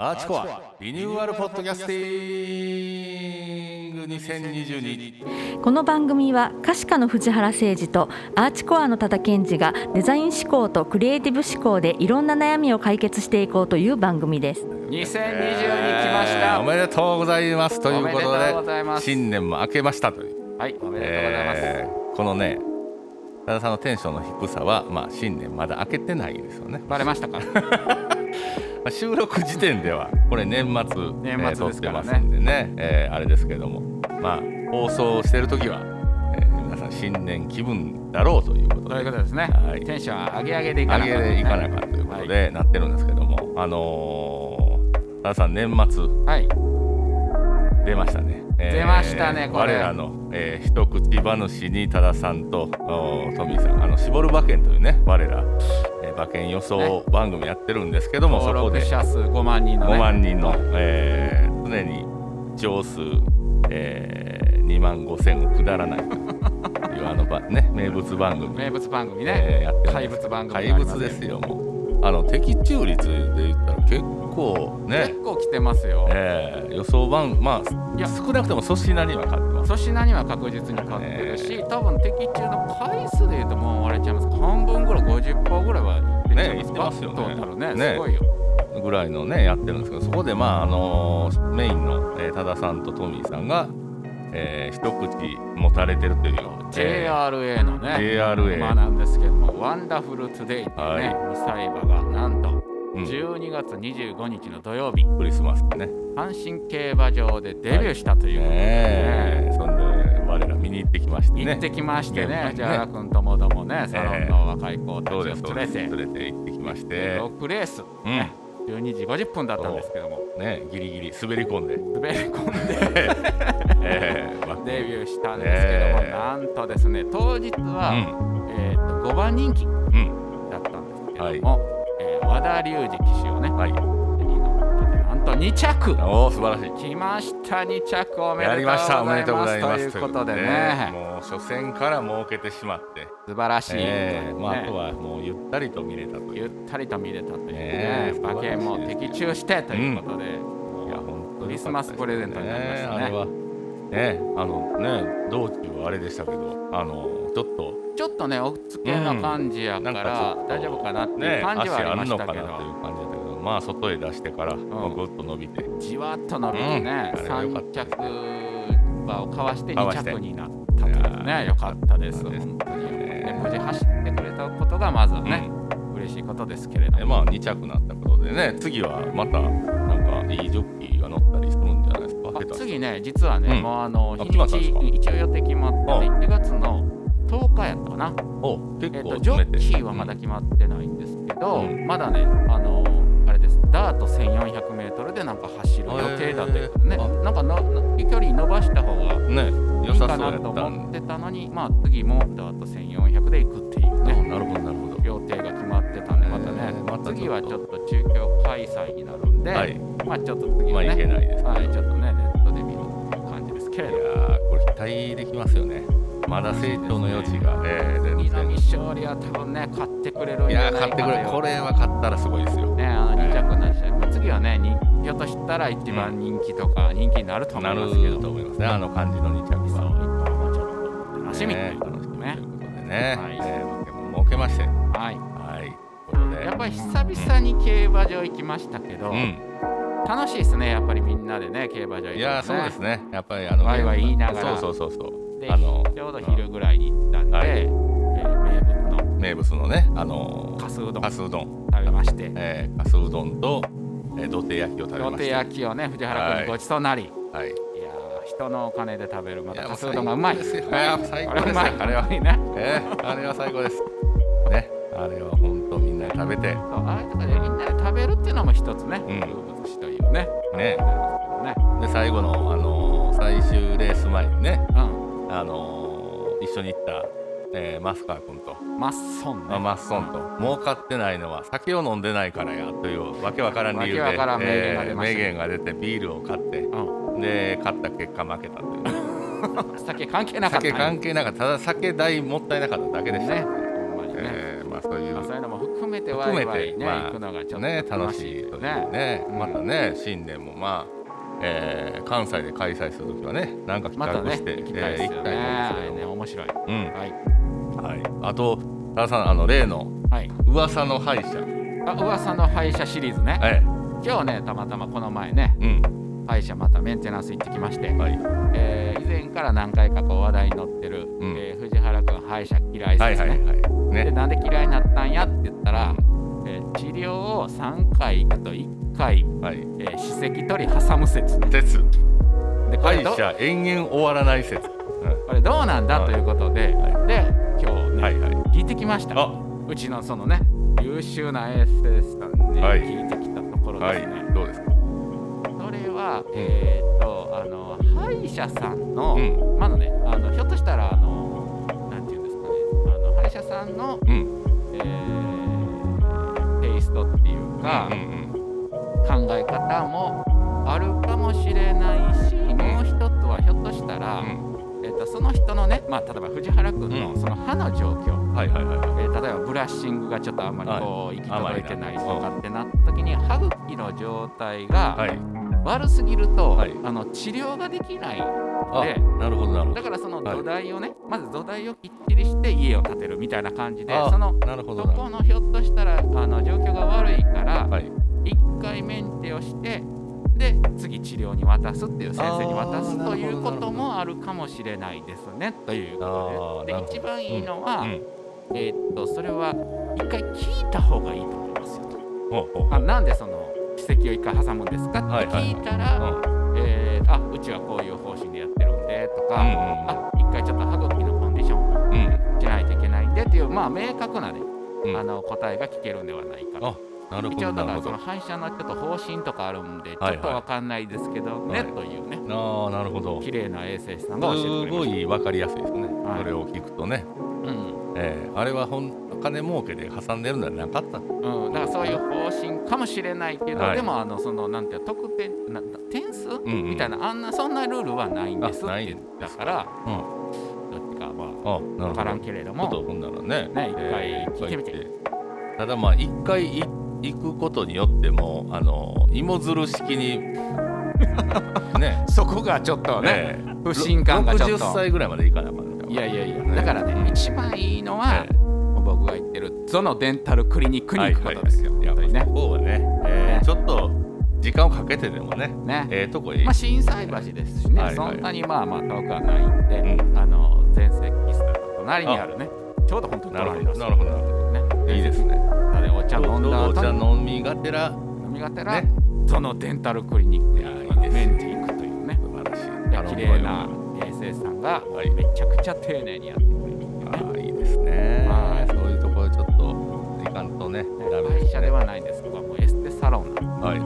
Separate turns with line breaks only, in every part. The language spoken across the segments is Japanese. アーチコアリニューアルポッドキャスティング2022
この番組は歌詞家の藤原誠二とアーチコアの多田健二がデザイン思考とクリエイティブ思考でいろんな悩みを解決していこうという番組です
2022来ました、
えーおめでとうございますというこ
お
と
めで
で
とうございます
新年も明けましたという
はいおめでとうございます、
えーこのね多田さんのテンションの低さはまあ新年まだ明けてないですよね、ま
バレましたか
あ、収録時点ではこれ年末
年
えー
末ですからね
撮ってますんでね、えーあれですけどもまあ放送してる時は、えー皆さん新年気分だろうということで
そういうことですね、
はい
テンション上げ上げでいか
上
な
げでいかなかったということで、なってるんですけどもあのー、田田さん年末
はい、はい
出ましたね、えー
出ましたねこれ
我らの、えー一口話に多田さんとおートミーさんあの絞る馬券というね我ら、えー馬券予想番組やってるんですけども、そ
登
こ
録
で
者数5万人のね
5万人の、えー常に上数、えー、2万5千を下らないというあのば、ね、名物番組
名物番
え
組
ー
ね、
やってるん
怪
です
物番組
怪物ですよもうあの的中率で言ったら結構
ね
ね
結、構来てますよ
えー予想番まあ
いや
少なくとも粗品には勝ってます
粗品には確実に勝ってるし、
ね
多分的中の回数でいうともう割れちゃいます半分ぐらい50ぐらいは行っちゃいま
ね行っ
すか
てますよね
トータルね
ね
すごいよ
ぐらいのねやってるんですけどそこでまああのーメインの、えー多田さんとトミーさんが、えー一口持たれてるという、えー
JRA のね、
JRA
まあなんですけども、ワンダフルトゥデイっていうね、
はい
ミサイバがなんと
うん
12月25日の土曜日、
クリスマスね
阪神競馬場でデビューしたということで、
ね
ね
えそんで我ら見に行ってきましてね
行ってきまして
ね
ね、
ね
藤原君ともどもね、サロンの若い子たち
そ
を
うで
連
すそうで
れ
す
て、
連れて行ってきまして
6レース、
うん
12時50分だったんですけども、
ねギリギリ滑り込んで、
滑り込んで
えーまあ
デビューしたんですけども、
ええ
なんとですね、当日は、えーと5番人気だ
うんうん
ったんですけども、えー和田龍二騎手をね、
はい。
に乗っててなんと2着
おお素晴らしい。
来ました2着おめ
や
で
り
と
ま
うございま
し
す
たおめでとうございます
ということでね
もう初戦から儲けてしまって、
素晴らしい、
えーまああ
ね
とはもうゆったりと見れたとい
ゆ
う。
ったりと見れたというね
ねえ
馬券も的中してということで、
いや本当に良かったですね
クリスマスプレゼントになりましたね
あれはねあのね道中はあれでしたけどあのちょっと
ちょっとねおっつけな感じやか
なんか
ら、
ちょっと
大丈夫かなってい
ね
う感じ
足
はあり
あ
ま
ん
し
の
た
か
け
な
ど、
という感じだったけどまあ外へ出してからまあぐっと伸びて
じわっと伸びてね、
うんあれは良かっ
3
た
着馬をかわして
かわし
2
て
着になったという
いや
ねよかったで
よ
す
かったです
本当に
ね
で無事走ってくれたことがまずはね、嬉しいことですけれど
で
も、
まあ2着になったことでね次はまたなんかいいジョッキーが乗ったりするんじゃないですか。
あ
下手したら
次ね実はね、
うん
もうあの
あ決
日
まっ
に
たんです
ち
か
一応予定決まってて
う
1月の10日やったかな、
お結
えっ
構
とジ
詰
ョ
めて、
ッキーはまだ決まってないんですけど、
うん
まだねあのあれですダート 1400m でなんか走る予定だということでね、
へー
なんかのの距離伸ばした方が
ね
い
良
い
さ
か
そうや
な
っ
と
たん
思っ
で、
てたのにまあ次もダート1400で行くっていうね
なるほどなるほど
予定が決まってたんでまた
へ
ね、
ーまたちょっと
次はちょっと中京開催になるんで、
はい
まあちょっと次
まあ
はね、
いけないですけど、
はいい、
や
ちょっとね、ネットで見るっていう感じですけれども、
ーこれ期待できますよねまだ成長の余地が、えー全
南
然
勝利は多分ね、買ってくれるん
い
じ
や
ゃ
ー
な
買
いか
っ
と
て
いう
くれこれは買ったらすごいですよ
ね、あの
はい
2着なしで、まあ次はね、人ひょっとしたら一番人気とか、人気になると思
ないる
ますけど、
と思いますねあの感じの2着
そう
は、
ちょっと楽しみとい
ね
うこ
楽
と
し
で
みと
ね
い。うことでね、
はい
えー、でも儲けましては
はい
いということで
やっぱり久々に競馬場行きましたけど、
うん
楽しいですね、やっぱりみんなでね、競馬場行きましたね
いやーそうですねやっぱりあの
ワイワイ言いながら
そうそうそうそう
で
あの
ちょうど昼ぐらいに行ったんで、
はい
えー名物の
名物のねあの
かすうどん
か
食
すうどん
べまして、
えー、かすうどんと、えー、土手焼きを食べました
お手焼きをね藤原君にごちそうなり、
はい
い、やー人のお金で食べるま
い
た
や
カツうどんがうまい
もう最高ですよ
ね
いや最
あ
高
れ
です
うまいあれは
あれはい
いね
えーあれは最高ですねあれは本当みんなで食べて
そうああいうとかでみんなで食べるっていうのも一つね、
うん
風物詩というね
ね
ね
で最後のあのー最終レース前にね
うん
あのー一緒に行った、えーマスカー君と、
マッソン
まあ
ね
マッソンと儲かってないのは酒を飲んでないからやというわけわからん理由で
わけわからん名言が出まし
名
た
言が出てビールを買ってで勝った結果負けたという
うん、酒関係なかった
酒関係なかったただ酒代もったいなかっただけでした
ねほんまにね、
えーまあ、そそういう
まあそういうのも含めてワ
含
イ
め
ワイ
て、
ね、
ま
行くの
あ
がちょっと
ね、楽
い
しい
です
という
ね
ね
うん
またね新年もまあ、えー関西で開催する時はねなんか
ま
企
た
画
ね
して、
行きたい
え
で
ー
す
行
よ
き
ね,、
たいと
は
思
い、
うんで
ね
す
面白い
けど、うん
はい
はい、あと多田さんあの例の
はい
噂の歯医者
あ噂の歯医者シリーズね
え
今日ねたまたまこの前ね
えうん
歯医者またメンテナンス行ってきまして、
はい
えー以前から何回かこう話題に載ってる、
うん
えー藤原君歯医者嫌い
は
で
い
す
は
ね、
いはい
で
ね
なんで嫌いになったんやって言ったら、えー治療を3回行くと1回、
はい
えー歯石取り挟む説ね
鉄
でこ
歯
れ
医
ど
者延々終わらない説、
これどうなんだ
はい
ということで、
は
で今日
うん、
ね、
はいはい
聞いてきました
あ
うちのそのね優秀なエースでしたんで、
はい
聞いてきたところ
は
ですね、
いどうですか
それは、えーっとあの歯医者さんの、
う
まだねあのひょっとしたらあのなんていうんですかねあの歯医者さんの、
うん
えーテイストっていうか、
うんうん
考え方もあるかもしれないしもう一つはひょっとしたら、
うん
えーっとその人のね、まあ、例えば藤原君の
うん
その歯の状況、
うんはいはいはいはい
えー例えばブラッシングがちょっとあんまりこう行き届いてないと
甘いな
かってなった時に歯茎の状態が、
はい
悪すぎると、
はい
あの治療ができない
あ
で
なるほどなるほど
だからその
はい
土台をね、まず土台をきっちりして家を建てるみたいな感じで
あ
その
なるほど
そ
な
このひょっとしたらあの状況が悪いから、
はい
1回メンテをしてで次治療に渡すっていう先生に渡
あ
す
ー
という
な
こ
るほど
ともあるかもしれないですねということで
あーなるほど
で一番いいのは、
うん
えーっとそれは1回聞いた方がいいと思いますよと
ほうほう
あなんでその歯石を1回挟むんですか
は
っ
い
て
はい
聞いたら。
うん
えーあうちはこういう方針でやってるんでとか、
うんうん
あ一回ちょっと歯茎のコンディション
うん
しないといけないんでっていうまあ明確なね、
うん
あの答えが聞けるんではないか
あ
と。
なるほ
一応
ど
だか
なるほ
らその歯医者のちょっと方針とかあるんでちょ
はい
っとわかんないですけどね、
はい
というね
どああなるほど
綺麗な衛生士さん
す
が教えてくれ
ご
まし
い分かりやすいですね、
はい
それを聞くとね、
た、うん
えーあれはほん金儲けで挟んでるんじゃなかった
うん、だからそういう方針かもしれないけど、
はい
でもあのそのなんていうの得点な点数、
んうん
みたいなあんなそんなルールはないんです
あ
っ
ない
て
んで
だ
す
か
からうん
どっちかま
あ
あ
な
わから
る
ん
ほど
けれ
ち
ど
ょっ
も
とほんならね
ね一回聞いてみて
一回行ってただまあ一回い行くことによってもあの芋づる式 にね
そこがちょっとね、
えー
不信感がちょっ
60
と。
歳ぐらいまでいかなあかんから
いやいやいや、
ね
だからね、一番いいのは、
ええ
僕が言ってる、ゾノデンタルクリニックに行くことですよ。
はいはい
本当に
やっぱ
ね
そこはね、え
ね
ーちょっと時間をかけてでもね
ね
ええとこへ
まあ、心斎橋ですしね、
はいはい
そんなにまあまあ遠くはないんで、
う
あの全席喫茶の隣にあるね、ちょうど本当に
なる
隣
ほ
の
どなるほどなるほどいいです。ね
前席喫茶でお
ち
茶
ょう
飲ん
ど
だ
お
後
茶
に
飲みがてら
飲みがてら、
ね
ゾノデンタルクリニック
い
に
やいいです
メンティ行くというね、
素晴らしい
いや
頼
綺
むわよ
麗な衛生士さんが
はい
めちゃくちゃ丁寧にやってくれるっていうね。
ああいいですね
はい
そういうところちょっといかんとねダメ
会
です
社で
ね
はないんですここはもうエステサロンなん
はいえ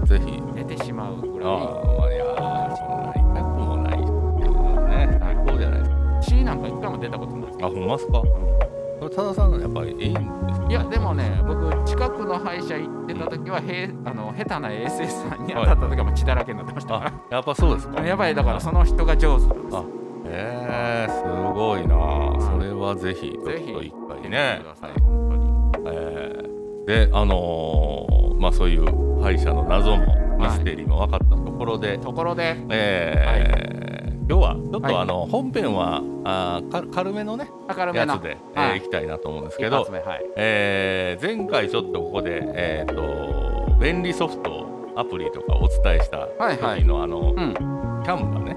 ー、ぜひ
で寝てしまうぐ
あ
ら
あまあいやーそんな痛くもないっていうのはね最高じゃないですか
い C なんか一回も出たことない
あほんまっすかこれ多田さんのやっぱりいいんですか、ね、
いやでもね僕近くの歯医者行ってた時はへいあの下手な衛生士さんに当たった時はもう血だらけになってましたか
あやっぱそうです
ら
か
やばいだからその人が上手なんです
あえー、すごいなそれはぜひちょっ
ぜひ
と一
行って
回
みて
ね
ください
はい
本
えーであのーまあそういう歯医者の謎もミステリーも分かったところで、
当にところで
えー今日はちょっ
はい
とあの本編はあーか軽めのね
明るめ
や
な
つで、えー
はい
いきたいなと思うんですけ
一
ど
発、目はい
えー前回ちょっとここで、えー、と便利ソフトアプリとかお伝えした
はいはい
時のあの、
うん
キャンバね、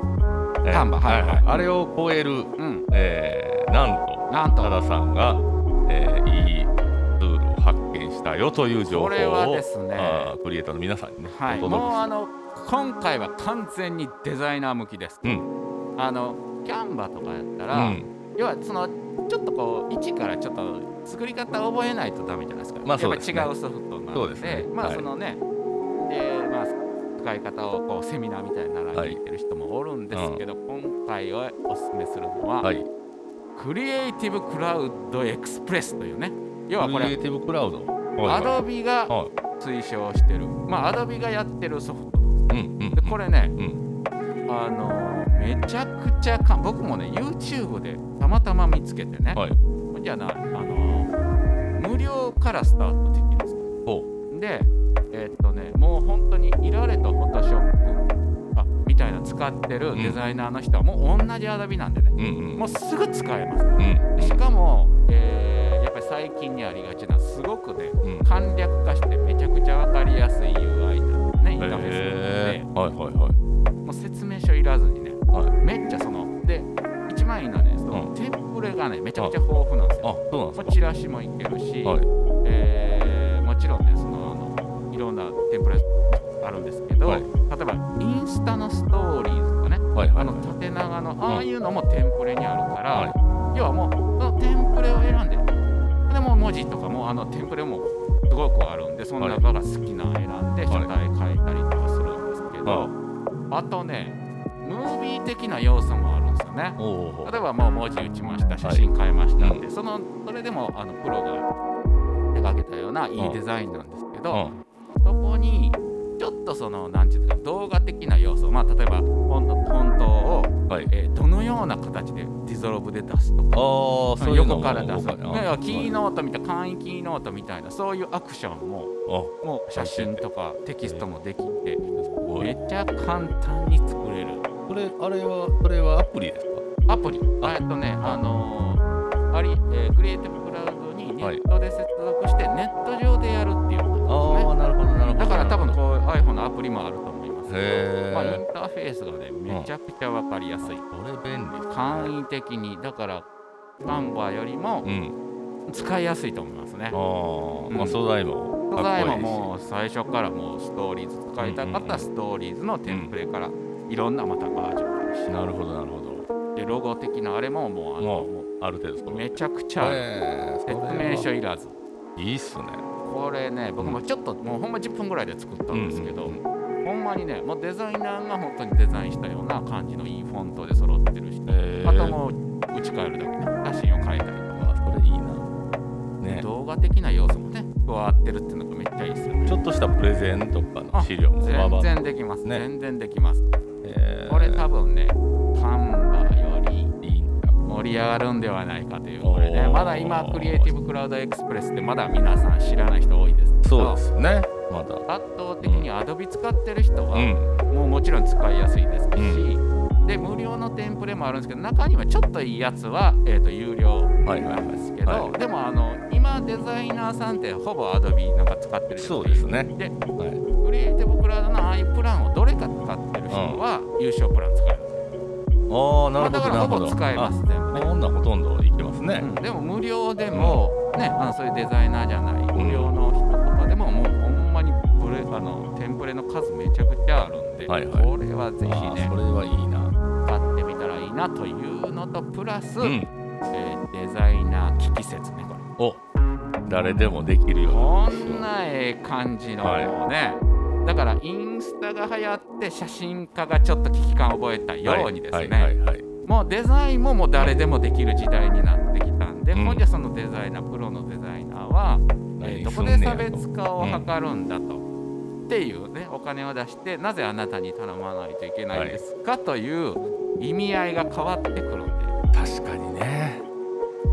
え
キャンバはいはい
あれを超える、
うん
えーなんと
なん
多
と
田さんが、えーいいツールを発見したよという情報を
これはですね
あークリエイターの皆さんにね、
はい
お
もう
届
あの今回は完全にデザイナー向きです
けする。うん
あのキャンバとかやった
う
ら、
ん
要はそのちょっとこう一からちょっと作り方を覚えないとダメじゃないですか、
まあそうですね
やっぱ違うソフトなので
そうですね
まあ
はい
そのね、でまあ使い方をこうセミナーみたいなのに行ってる人もおるんですけど、今回はおすすめするのは、
はい、
クリエイティブクラウドエクスプレスというね要はこ
クリエイ
れ
ティブクラウド。はい
アドビが
はい
推奨してるまあアドビがやってるソフト
うんうん
でこれね、
うん
あのめちゃくちゃか僕もね YouTube でたまたま見つけてね、
はい
じゃないあの無料からスタートできるんですよ
ほ
でえーっとねもう本当にいられたフォトショップあみたいな使ってるデザイナーの人はもう同じアダビなんでね
う、うんうん
もうすぐ使えます
うん
でしかも、えーやっぱり最近にありがちなすごくね
うん
簡略化してめちゃくちゃ分かりやすい UI なんですねインターフェース
へー
なの
はいはいはい
でもう説明書いらずにね、
は
めっちゃそので一番いいのはねその、
うん
テンプレがねめちゃくちゃ豊富なんですよ
あそうなんです
も
か
うチラシもいけるし、
はい
えーもちろんねそのあのいろんなテンプレあるんですけど、
はい
例えばインスタのストーリーズとかね
はいは
あ
い
の縦長のああいうのもテンプレにあるから、
はい
要はもうそのテンプレを選んででもう文字とかもあのテンプレもすごくあるんでその中が好きなの選んで
はい
書体変えたりとかするんですけど、
はい
あとねムービー的な要素もあるんですよね。
おうおうおう
例えばもう文字打ちました写
はい
真変えましたって、
うん
そのそれでもあのプロが手がけたようないいデザインなんですけど、
うん
そこにちょっとその何て言うか動画的な要素まあ例えばフォントフォントを、
はい
えーどのような形でディゾルブで出すとか
ああそういうの
横
も
から出す
はい
いやいやキー
はい
ノートみたいな簡易キーノートみたいなそういうアクションも
あ
もう写真とかテキストもできて
すご
め
い
ちゃ簡単に作れる
これあれはそれはアプリですか
アプリ
あ
えっとねあのーあり、えークリエイティブクラウドにネットで接続してネット上でやるっていうことですね、
ーなるほどなる
だから多分こう iPhone のアプリもあると思いますけど
へー
まあ、インターフェースがねめちゃくちゃ分かりやすい、
これ便利ですね
簡易的にだからバンバーよりも
うん
使いやすいと思いますね
あ、ー
うん
まあ素材も
素
かっ
材
こいい
も
し
もう最初からもうストーリーズ使いたか
う
っ
んうんう
た
ん
ストーリーズのテンプレからいろんなまたバージョンあるし
なるほどなるほど
でロゴ的なあれももうあの
も
も
ある程度そうの
めちゃくちゃある
えーそれ
説
は
明書いらず
いいっすね
これね僕もちょっともうほんま10分ぐらいで作ったんですけど、
うんうん
ほんまにねもうデザイナーが本当にデザインしたような感じのいいフォントで揃ってるし、
えー
あともう打ち替えるだけで写真を変えたりと
あそれいいな
か
ね
動画的な要素もね加わってるっていうのがめっちゃいいですよね
ちょっとしたプレゼンとかの資料もバ
全
バ
然できます、
ね
全然できます
えー
これ多分ねカンバーより
いいんか
盛り上がるんではないかというこれね
おー
まだ今クリエイティブクラウドエクスプレスってまだ皆さん知らない人多いですけ
そう
ど
ですねまだ
圧倒的にアドビ使ってる人は、
うん
もうもちろん使いやすいですし、で無料のテンプレもあるんですけど中にはちょっといいやつは、えー、と有料
はいはい
なんですけど、
は
でもあの今デザイナーさんってほぼ Adobe なんか使ってるじゃな
そ
いう
ですね
で
はい
クリエイティブクラウドのああいうプランをどれか使ってる人は優勝プラン使える、
ああ
ま
な
あ、
るほ
だ
どな
から
るほ
ほ
ど
ぼ使えます全部
あ
ね、
こんなんほとんどいけますね
うんでも無料でも、ね、あのそういうデザイナーじゃない無料の人とかでももうほんまにブレあのテンプレの数めちゃくちゃあるんで、
はいはい
これはぜひ
あ
ね
ーそれはいいな
買ってみたらいいなというのとプラス、
うん
えーデザイナー機器説ねこれ
お誰でもできるよう
こん
な
なええ感じの
はい
もうね、だからインスタが流行って写真家がちょっと危機感を覚えたようにです
は
ね、
いはいはいはい
もうデザインももう誰でもできる時代になってきたんで、
うん
ほんじゃそのデザイナープロのデザイナーは、えー
何
ど
す
こ
んね
で
ん
差
やと
別化を図るんだと。っていうねお金を出してなぜあなたに頼まないといけないんですか、という意味合いが変わってくるんで
確かにね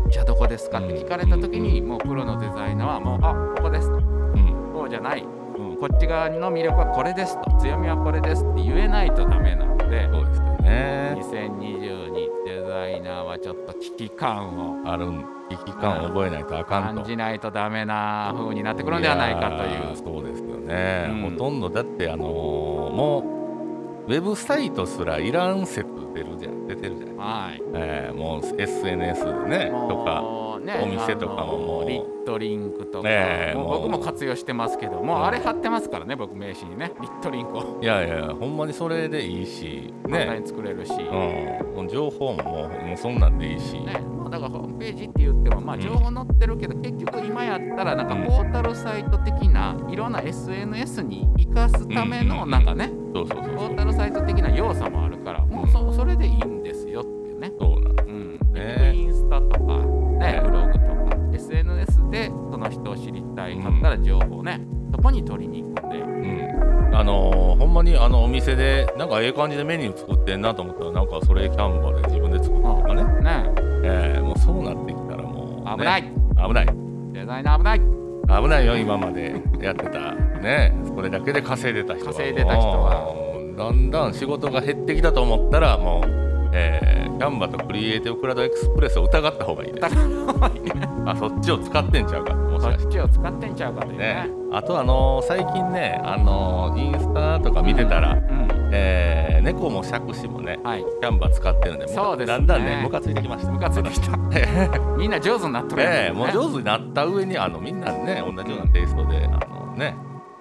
じゃあどこですかって聞かれた時に、もうプロのデザイナーはもうあここですと
うん
こうじゃない、うん、こっち側の魅力はこれですと強みはこれですって言えないとダメなので
そうですよね
2022デザイナーはちょっと危機感を
あるん危機感を覚えないとあかんと
感じないとダメな風になってくるんではないかと
や
い
ー
う
そうですよね、
う
ほ
ん
とんどだってあのーもうウェブサイトすらいらん説出るじゃん出てるじゃん、
はい
えーもう SNS でねとか
もうね
お店とかももう
あのリットリンクとか、
ねえ
もう
もう
僕も活用してますけどもう
はい
あれ貼ってますからね僕名刺にねリットリンクを
いやいやほんまにそれでいいし
簡単
ね
に作れるし、
うんもう情報ももうもうそんなんでいいし、
ね、もうだからホームページって言っても、まあ、
うん
情報載ってるけど、結局今やったらなんか
うん
ポータルサイト的ないろんな SNS に生かすた
う
め
んうん
の
うん
なんかね、
そうそうそう
ポ
そ
ー
う
タルサイト的な要素もあるからもうそそれでいいんですよっていうね、
そうなん
うん、
ね
結局インスタとか、ね
ね
ブログとか SNS でその人を知りたいかったら情報ね、そこに取りに行くんで。
うんあのーほんまにあのお店でなんかええ感じでメニュー作ってんなと思ったらなんかそれキャンバーで自分で作ったとかね、
ね、
えーもうそうなってきたらもうね
危ない
危ない
デザイナー危ない
危ないよ今までやってたねこれだけで稼いでた人は
稼いでた人は
もうだんだん仕事が減ってきたと思ったらもう、えーキャンバとクリエイティブクラウドエクスプレスを疑った方がいいですあそっちを使ってんちゃうかもし
そ
かして
っちを使ってんちゃうかとい
ね
うね
あとあのー最近ねあのーインスタとか見てたら、
うん
えー猫も杓子もね
はい
キャンバ使ってるんでも
そうですね
だんだんねムカついてきました
ムカついてきた みんな上手になっとる
ええもう
手
上手になった上にあのみんなね同じようなテイストであのね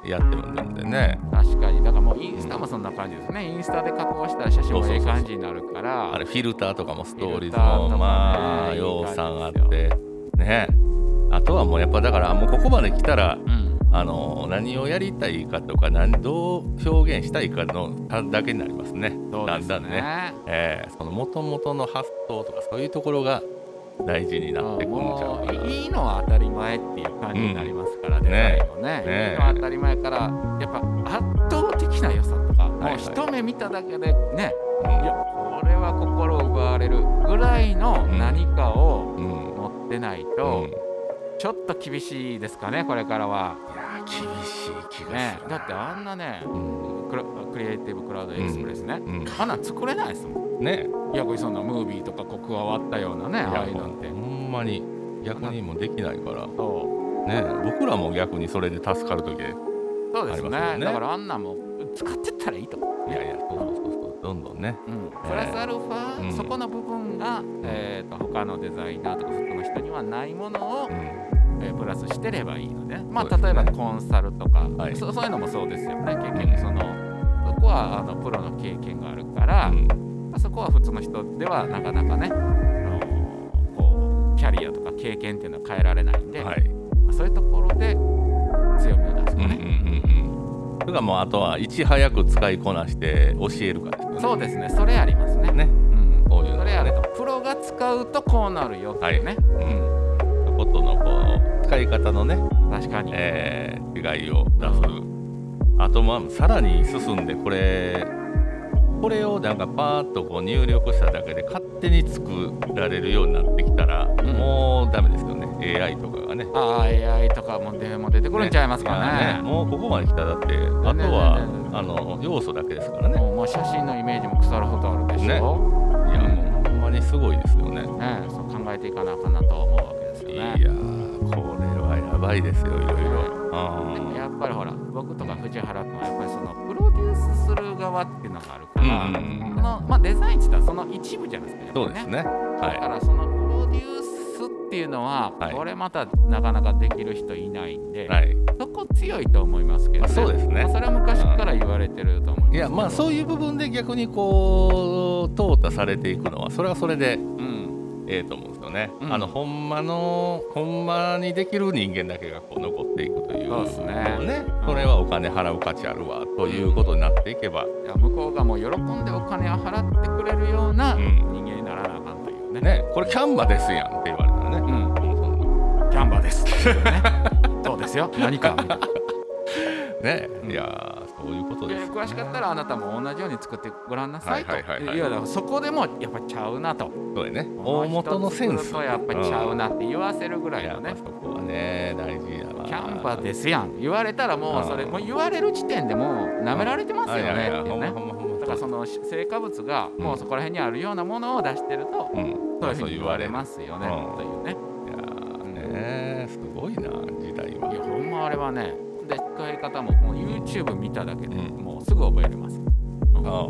やってるんでね
確かにだからもうインスタもそんな感じですねインスタで加工したら写真もええ感じになるから
あれフィルターとかもストーリーズ
フィルターとか
も
ね
まあ
いい
養
感じですよ
蚕あってねあとはもうやっぱだからもうここまで来たら
うん
あの何をやりたいかとか何どう表現したいかのただけになりますね
そう
だ
で
ん
す
だんね、ええその元々の発想とかそういうところが大事になってくるんちゃうか
も
な
ういいのは当たり前っていう感じになりますから、
ん
デザインをね
ねね
いいのは当たり前からやっぱ圧倒的な良さとか、
はい
もう一目見ただけでねいや
う
これは心を奪われるぐらいの何かを
んうん
持ってない
うん
と、
い
ちょっと厳しいですかねこれからは、
や厳しい気が
ね
する、な
だってあんなね
うん
クラクリエイティブクラウドエクスプレスね、
うん
あんなん作れないですもん
ね
いやこれそんなムービーとかこう加わったようなね
い
あ
や
あいうのって
ほんまに逆にもうできないから
そう
ね僕らも逆にそれで助かる時で
そうです
あり
ね
ますもんね
だからあんなんも使ってったらいいと思う
いやいやそうそうそうどんどんね
うん、プラスアルファ、
うん
そこの部分が、えー、と他のデザイナーとか服の人にはないものを
う、ん
えープラスしてればいいので、ま
そう
あ、
です
例
ね
えばコンサルとか、
はい
そそういうのもそうですよね結局そのそこはあのプロの経験があるから、まあそこは普通の人ではなかなかね、あのーこうキャリアとか経験っていうのは変えられないん
う
で、
んはい
まあそういうところで
うんうんう
強みを出すかね。
んうんそれがもうあとはいち早く使いこなして教えるかですよね
そうですね、それありますね。
ね
うん、
こういうの
それあれと、プロが使うとこうなるよっていうね。
うんことのこう使い方のね、
確かに。
えー違いを出すあとまあさらに進んでこれこれをなんかパーッとこう入力しただけで勝手に作られるようになってきたら、
ん
もうダメですよね AI とかがね。
ああ、AI とかもでも出てくるんちゃいますからね。
いやもうここまで来たらだってあと
ねねねね
はあの要素だけですからね
もうもう写真のイメージも腐るほどあるでしょ。
ねいやもうほんまにすごいですよね
ねそう考えていかなあかんなと思うわけですよ
い
ね。
やーこれはやばいですよいろいろ
でも
あ
やっぱりほら僕とか藤原君はやっぱりそのプロデュースする側っていうのがあるか
ー
ら、
うんうん
そ
うん
のまあ、デザインって言ったらその一部じゃないですかやっぱ
そ
り
うですねは
だ
い
からそのプロデュースっていうのは、
はい
これまたなかなかできる人いないんで、
はい
そこ強いと思いますけど、
あそうですね
まあそれは昔から言われてると思います
いやまあそういう部分で逆にこう淘汰されていくのはそれはそれで
うん
ええと思うんですよね、
うん
あのほんまのほんまにできる人間だけがこう残っていくという
そうですねうん
これはお金払う価値あるわということになっていけば、
いや向こうがもう喜んでお金を払ってくれるような
うん
人間にならなあかんというね。
ねこれキャンバですやんって言われたらね、
うん、
もうそん
キャンバ ーですっていうね。そうですよ。何かみたいな。
なね、
うん
いやーそういうこと
い
で
や
す、ね、
詳しかったらあなたも同じように作ってごらんなさいと。
はいはいはいはい
いやだからそこでもやっぱちゃうなと。
そうやね大元のセンス
こ人作るとやっぱちゃうなって言わせるぐら
うん
い
や
の
っぱ
ね
そ。こはね大事やわ
キャンバーですやん言われたらもうそれ
うん
もう言われる時点でもう舐められてますよ
あいや
ね
いや
ってい
ほ
うん
ま
ね
ほんまほんま
だからその成果物がもうそこら辺にあるようなものを出してると
うん
そういうふうに言われ
る
ますよね
うん
というね
いやーねすごいな時代
いや
は
ほんまあれはねで使い方ももう YouTube 見ただけで
うん
もうすぐ覚えれます
あああ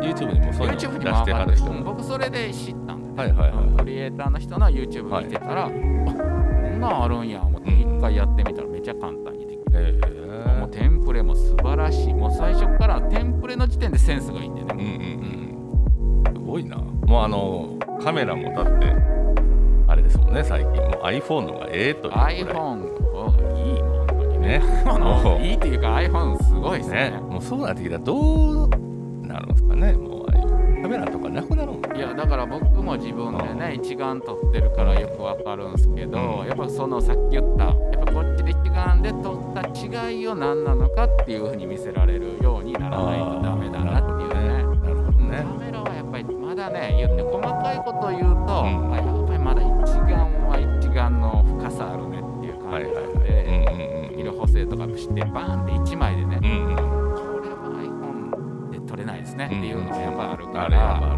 YouTube にもそういうの出し
YouTube にも上
て
が
は
る
る
人
人
も
も
僕それで知ったんで
は
ね
いはいはい
クリエイターの人の YouTube 見てたらあこんなんあるんや思って
うん
一回やってみたらめちゃ簡単にできる
え
もうテンプレも素晴らしいもう最初からテンプレの時点でセンスがいいんで
うんう
ね
んうんすごいなもうあのカメラもだってあれですもんね最近もう iPhone の方がええというぐらい
iPhone の方がいいもう本当にね
ね
あ
も
の
う
いいっていうか iPhone すごいですね
ねもうそうなってきたらどうなるんですかねもうああいうカメラとかなくなるんか
いやだから僕も自分でね一眼撮ってるからよくわかるんですけど、
うん
やっぱそのさっき言ったやっぱこっちで一眼で撮った違いを何なのかっていうふうに見せられるようにならないとダメだなっていうね
なるほどね
カメラはやっぱりまだね言って細かいことを言うと、
ん
あやっぱりまだ一眼は一眼の深さあるねっていう感
はい
じ
はい
な
は
ので、
い。うんうん
色補正とかもしてバーンって1枚でね、
うん。うんうん。
これは iPhone で撮れないですねっていうのがやっぱあるか
あれやっ
ら、
ぱあ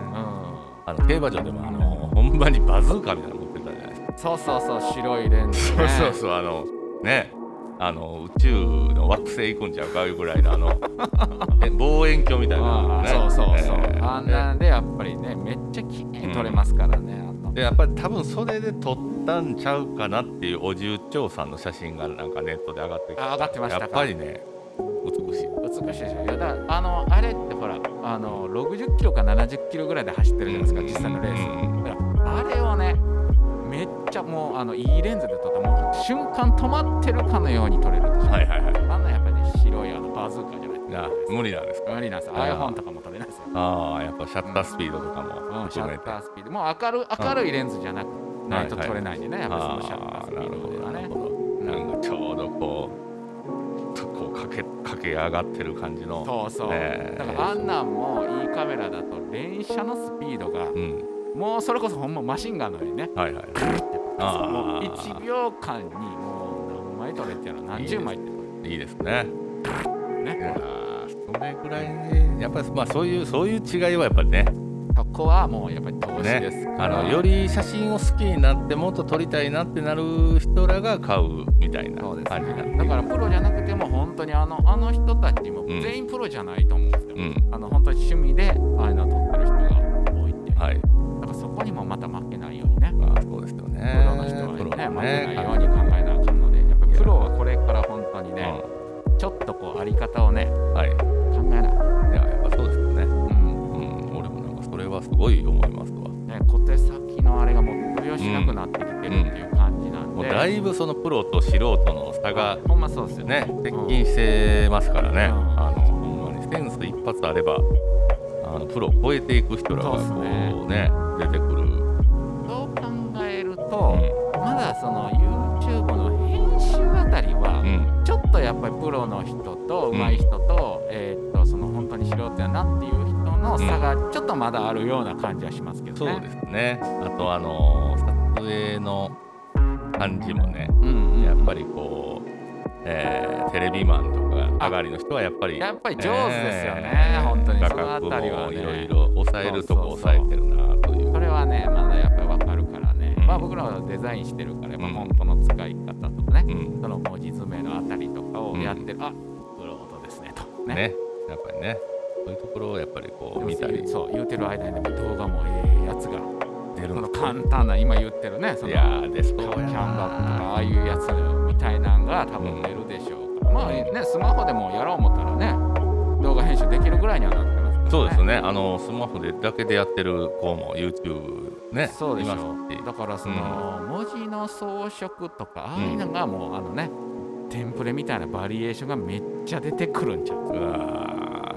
る。
う
あの競馬場でもあのほんまにバズーカみたいなの持ってたじゃないですか。
ん、そうそうそう白いレンズ、ね、
そうそうそうあのねあの宇宙の惑星行くんちゃうかいうぐらいのあ のえ望遠鏡みたいなの
あ
ね。
ーそうそうそう、
えー
あんなんでやっぱりねめっちゃ綺麗に撮れますからね、あの
でやっぱり多分それで撮ったんちゃうかなっていうお重長さんの写真がなんかネットで上がってきて
あ上がってましたか
やっぱりね美しい
美しいでしょいやだからあのあれってほらあの60キロか70キロぐらいで走ってるじゃないですか、実際のレー
う
ス、
ん
だからあれをねめっちゃもうあのいいレンズで撮ったもう瞬間止まってるかのように撮れるでしょ、
はいはいはい
あんなやっぱり、ね、白いあのバズーカじゃない
あ無理なんですか
無理なんですよ
あー
iPhone とかも撮れないですよ、
ああやっぱシャッタースピードとかも
うん、シャ
含め
ッ
て、
タースピードもう明る明るいレンズじゃなくないと撮れないんでね、やっぱそのシャッター
あ
ス
あ
ピ
なる
ー
ほ
ドで
ど
は
な
ね
るほどなんかちょうどこうとこう駆け駆け上がってる感じの
そうそう、
ええ
だからあんなんもいいカメラだと連写のスピードが
うん
もうそれこそほんまマシンガンのようにね
はいはい
も
ああ
う1秒間にもう何枚撮れっていうの何十枚って撮
いいですね
れ
い
ね
やーそれぐらいねやっぱりまあそういうそういう違いはやっぱりね
そこはもうやっぱり投資です
ね、
か
あ
ら、
のより写真を好きになってもっと撮りたいなってなる人らが買うみたいな
そう
感
で
じ
すね
なんで
だからプロじゃなくても本当にあのあの人たちも
ん
全員プロじゃないと思うんですよ、
うん
あの本当に趣味でああいうのを撮ってる人が多いっていう、
はい
だからそこにもまた負けないようにね
まあそうですよ
プ
ね
ロの人はね
プロの
負けないよう
ね
に考えなあかんのでやっぱプロはこれから本当にね、ちょっとこうあり方をね
うんはいい
考えな、
ややっぱそうですよね
うん
うん俺もなんかそれはすごい思いますわ
ね、小手先のあれがもう通用しなくなってきてるっていう感じなん
もう
で、
だいぶそのプロと素人の差が
ほんまそうですよね
ね接近してますからね、
うん
あのほんまにセンス一発あればあのプロを超えていく人らがこ
そう
う
ですね
ね出てくる、
そう考える
う
と、まだその YouTube の編集あたりは、
んうん
ちょっとやっぱりプロの人と上手い人と,、えーっとその本当に素人やなっていう人の差がちょっとまだあるような感じはしますけどね。
そうですね。あとあのー撮影の感じもね、
うんうん
やっぱりこう、えーテレビマンとか上がりの人はやっぱり
やっぱり上手ですよね本当に
画
そのあ
角
たりは
も
ね
いろいろ抑えるとこ抑えてるなという。
それはねまだやっぱり分かるからね、
うん
まあ僕らはデザインしてるからやっぱ
うん
本当の使い方とかね、
うん
その文字詰めのあたりとかを
うん
やってる、あプロほどですねとね
ね、やっぱりね、そういうところをやっぱりこう
でも
見たり
そう言うてる間にでも動画もええやつが
出
そ
る
の
の
簡単な今言ってるねそ
い
の
やーでそう
キャ
やな
ンバックとかああいうやつみたいなんが多分出るでしょうから、まあねスマホでもやろう思ったらね動画編集できるぐらいにはなってますから、ね、
そうですね、あのスマホでだけでやってる子も YouTube ね、
そうでし
い
ょ
ますし
だからその、文字の装飾とかああいうのがもう、あのねテンプレみたいなバリエーションがめっちゃ出てくるんちゃう
うわ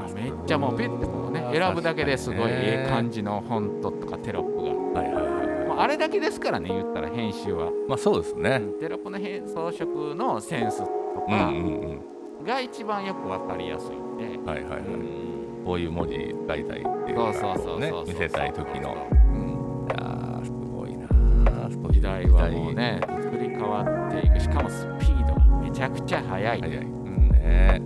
ー
めっちゃもうピッてもうね
うん
選ぶだけですごい
確かにね
ええ感じのフォントとかテロップが、
はいはいはいはい
もうあれだけですからね言ったら編集は、
まあそうですね。
テロップの編装飾のセンスと
うん
か
うん
が一番よく分かりやすいんで、
うん。はいはいはい。
うん
こういう文字使いたいっていう
そ
か
うそうそ
こ
う
ね
そう
見せたい時の。
うん
いやーすごいなー。そういう
時代はもうね作り変わっていくしかもスピードがめちゃくちゃ速い
時代。早い
うん
ね。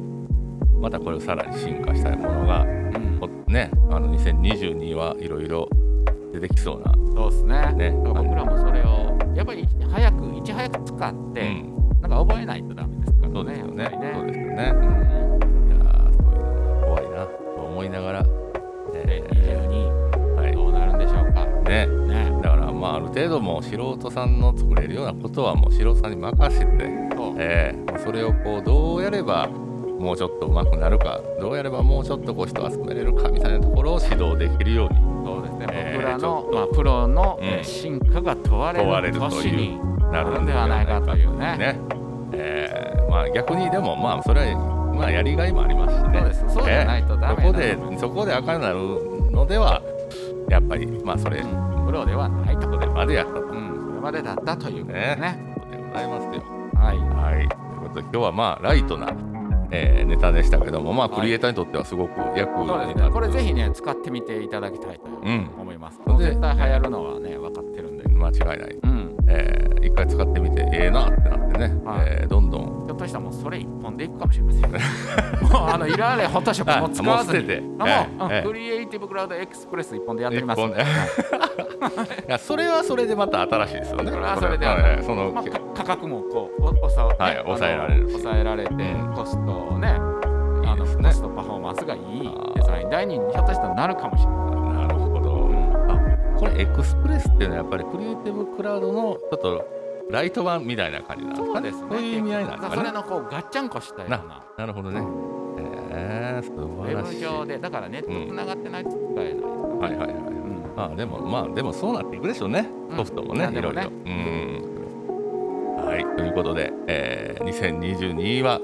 またこれをさらに進化したいものが
うん
こねあの2022はいろいろ出てきそうな。
そうですね
ね
だから僕らもそれをやっぱりいち早くいち早く使って、
うん。
なんか覚えないとダメですからね
そうですよね
やっぱり。
そう
ね
ですよね。いや
うん
ーすごいな怖いなと思いながら。
で
えー
22
はい
どうなるんでしょうか
ね。
ね
だからまあある程度もう素人さんの作れるようなことはもう素人さんに任せて。
そう
えーまあそれをこうどうやればもうちょっと上手くなるかどうやればもうちょっとこう人を集めれるかみたいなところを指導できるように
そうですね、
えー
僕ら
ちょ
の
っ、と
まあ、プロの、
うん
えー進化が問われる
問われるという
年に
な
な
る
る
ん
ん
で
で
は
は
な
ないい
か
か
と
と
い
いうう
ね
ね。
えーまあ逆にでもまあそれはまあやりがいもありますしね
そうですそうじゃないとダメなの
えーそこでそこで赤になるのではやっぱりまあそれ
う
こ
んプロではないと、
こでまでやったと
うん、それまでだったということですね。
いうことでございますよ。
はい、
はいということで今日はまあライトな、えーネタでしたけどもまあクリエイターにとってはすごく役に
そう
な
で
る
すね、これぜひね、使ってみていただきたいと
ん
思います。
で
もう絶対流行るのはね、分かってるんで、
間違いない、
うん、
えー一回使ってみてええなってなってね、
はい
えーどんどん
ひょっとしたらもうそれ一本でいくかもしれませ んもうあのいられフォトショップも使わず
あもう捨
に
てて
あもう、
ええ
うんクリエイティブクラウドエクスプレス一本でやって
一
みます
本でい やそれはそれでまた新しいですよね
それは
こ
それで
は
あの
はいその、
まあ、か価格もこうお抑え,、
はい
あの
抑えられるし
抑えられて、
うん
コストをねあの
いいですね
コストパフォーマンスがいいデザイン第二にひょっとしたらなるかもしれな
な
い、
るほど、あこれエクスプレスっていうのはやっぱりクリエイティブクラウドのちょっとライト版みたいな感じなんですかねそういう意味合いなんです
そ
か
れ
ね
のこうガッチャンコしたような
なるほどねえー、素
ウ
晴
ェ
らし
ブ
い
上
は
でだからネット
うん
つながってないと使えない、
いはいはい
うん
まあでもまあでもそうなっていくでしょうね
うん
ソフトもね、
何
い
で
ろ
も
いろ
ね
うんはいということで、えー2022は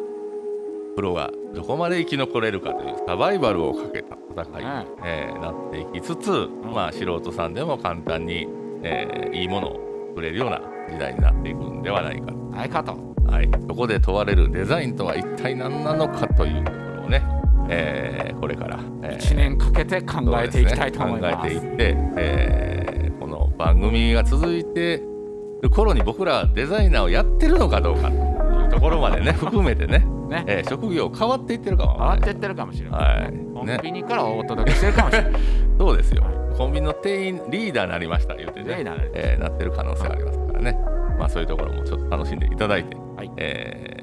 プロがどこまで生き残れるかというサバイバルをかけた戦いに、
うん
えーなっていきつつ、まあ、素人さんでも簡単に、えーいいものを作れるような時代になっていくんではないか
はいカット
はい、そこで問われるデザインとは一体何なのかというところをね、えーこれから、えー
1年かけて考えていきたいと思い
そう
ます
ですね考えていって、えーこの番組が続いてる頃に僕らはデザイナーをやってるのかどうかというところま でね含めてね、
ね
えー職業変わっていってるかも
変わ
わ
っ
かんな
て
い
ってるかもしれ
は
ないい、ね
ね
コンビニからお届けしてるかもしれない
そうですよコンビニの店員リーダーになりました言うてね
リーダーになりま
えーなってる可能性がありますからね、まあ、そういうところもちょっと楽しんでいただいて、
はい
えー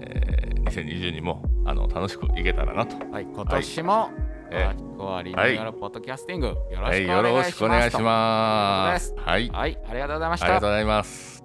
2022もあの楽しくいけたらなと
はい、今年も、
ええ
アラチコアリーナによるポッドキャスティング、よろしくお願いします
はい
と。
よろしくお願いします。はい、あり
はい、ありがとうございまし
がと
た
うご。ざいます。